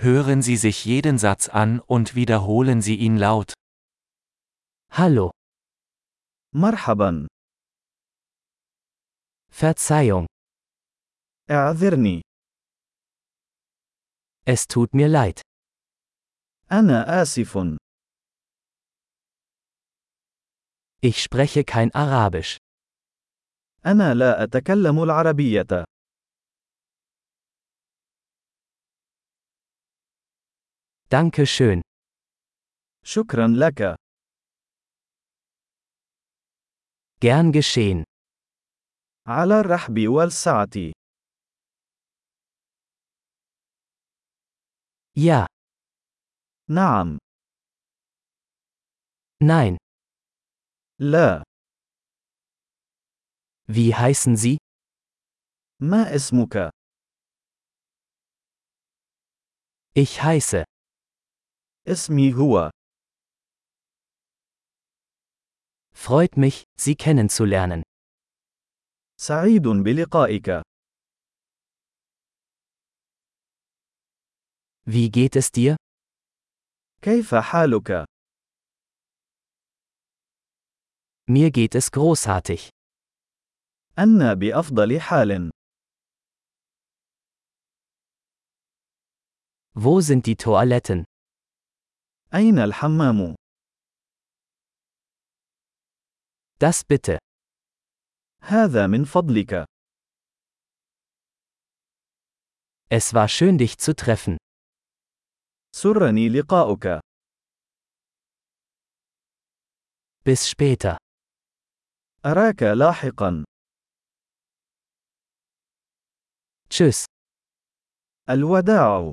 Hören Sie sich jeden Satz an und wiederholen Sie ihn laut. Hallo, مرحبا Verzeihung, اعذرني es tut mir leid. انا اسف Ich spreche kein Arabisch. انا لا اتكلم العربيه Danke schön. شكرا لك Gern geschehen. على الرحب والسعه Ja, نعم nein. لا Wie heißen Sie? ما اسمك Ich heiße. اسمي هو Freut mich, Sie kennenzulernen. سعيد بلقائك Wie geht es dir? كيف حالك Mir geht es großartig. انا بافضل حال Wo sind die Toiletten? اين الحمام Das bitte. هذا من فضلك Es war schön, dich zu treffen. سرني لقاؤك Bis später. اراك لاحقا Tschüss. الوداع